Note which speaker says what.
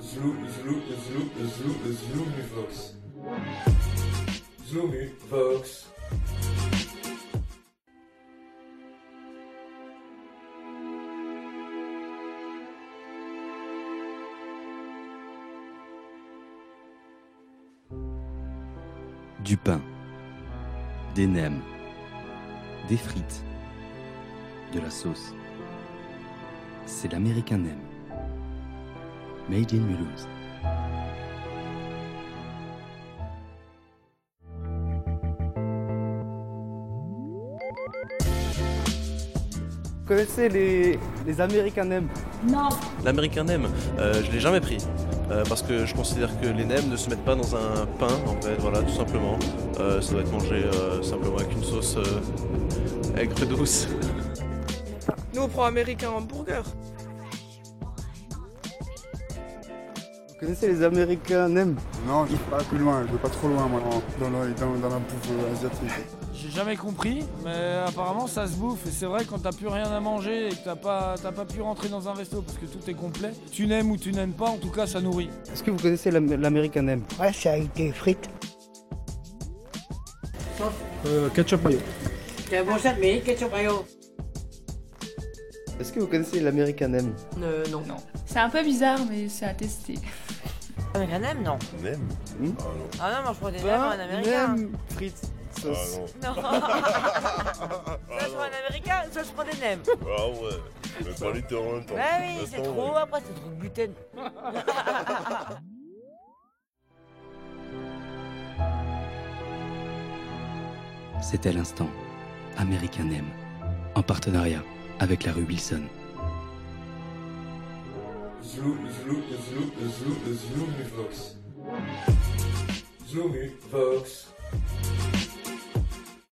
Speaker 1: Zlou, Zlou, Zlou, Zlou, Zlumuvox. Zlumuvox.
Speaker 2: Du pain, des nems, des frites, de la sauce. C'est l'American Nem. Made in Mulhouse.
Speaker 3: Vous connaissez les, les Américains Nem
Speaker 4: Non,
Speaker 5: L'américain nem, euh, je l'ai jamais pris. euh, parce que je considère que les nems ne se mettent pas dans un pain, en fait, voilà, tout simplement. Euh, ça doit être mangé euh, simplement avec une sauce euh, aigre douce.
Speaker 6: Nous on prend américain hamburger.
Speaker 3: Vous connaissez les Américains Nem
Speaker 7: Non, je vais pas plus loin, je vais pas trop loin moi, dans, le- dans- dans la bouffe euh, asiatique.
Speaker 8: J'ai jamais compris, mais apparemment ça se bouffe. Et c'est vrai quand t'as plus rien à manger et que t'as pas, t'as pas pu rentrer dans un resto parce que tout est complet, tu n'aimes ou tu n'aimes pas, en tout cas ça nourrit.
Speaker 3: Est-ce que vous connaissez l'am- l'American Nem
Speaker 9: Ouais, c'est avec des frites.
Speaker 3: Est-ce que vous connaissez l'American Nem
Speaker 4: c'est un peu bizarre, mais c'est à tester.
Speaker 10: Américain nem, Ah, non.
Speaker 11: Même
Speaker 3: Hmm Bah,
Speaker 11: Ah non.
Speaker 10: Ah non, moi je prends des nems en américain.
Speaker 3: Nem, frites, sauce.
Speaker 11: non.
Speaker 10: Non. Soit je prends un américain, soit je prends des nems.
Speaker 11: Ah ouais. Mais pas les deux en même temps.
Speaker 10: Bah oui, c'est
Speaker 11: Attends,
Speaker 10: trop,
Speaker 11: ouais.
Speaker 10: après c'est trop de gluten.
Speaker 2: C'était l'instant American Nem. En partenariat avec la rue Wilson.
Speaker 1: Zlou, Zlou, Zlou, Zlou, Zlumuvox. Zlumuvox.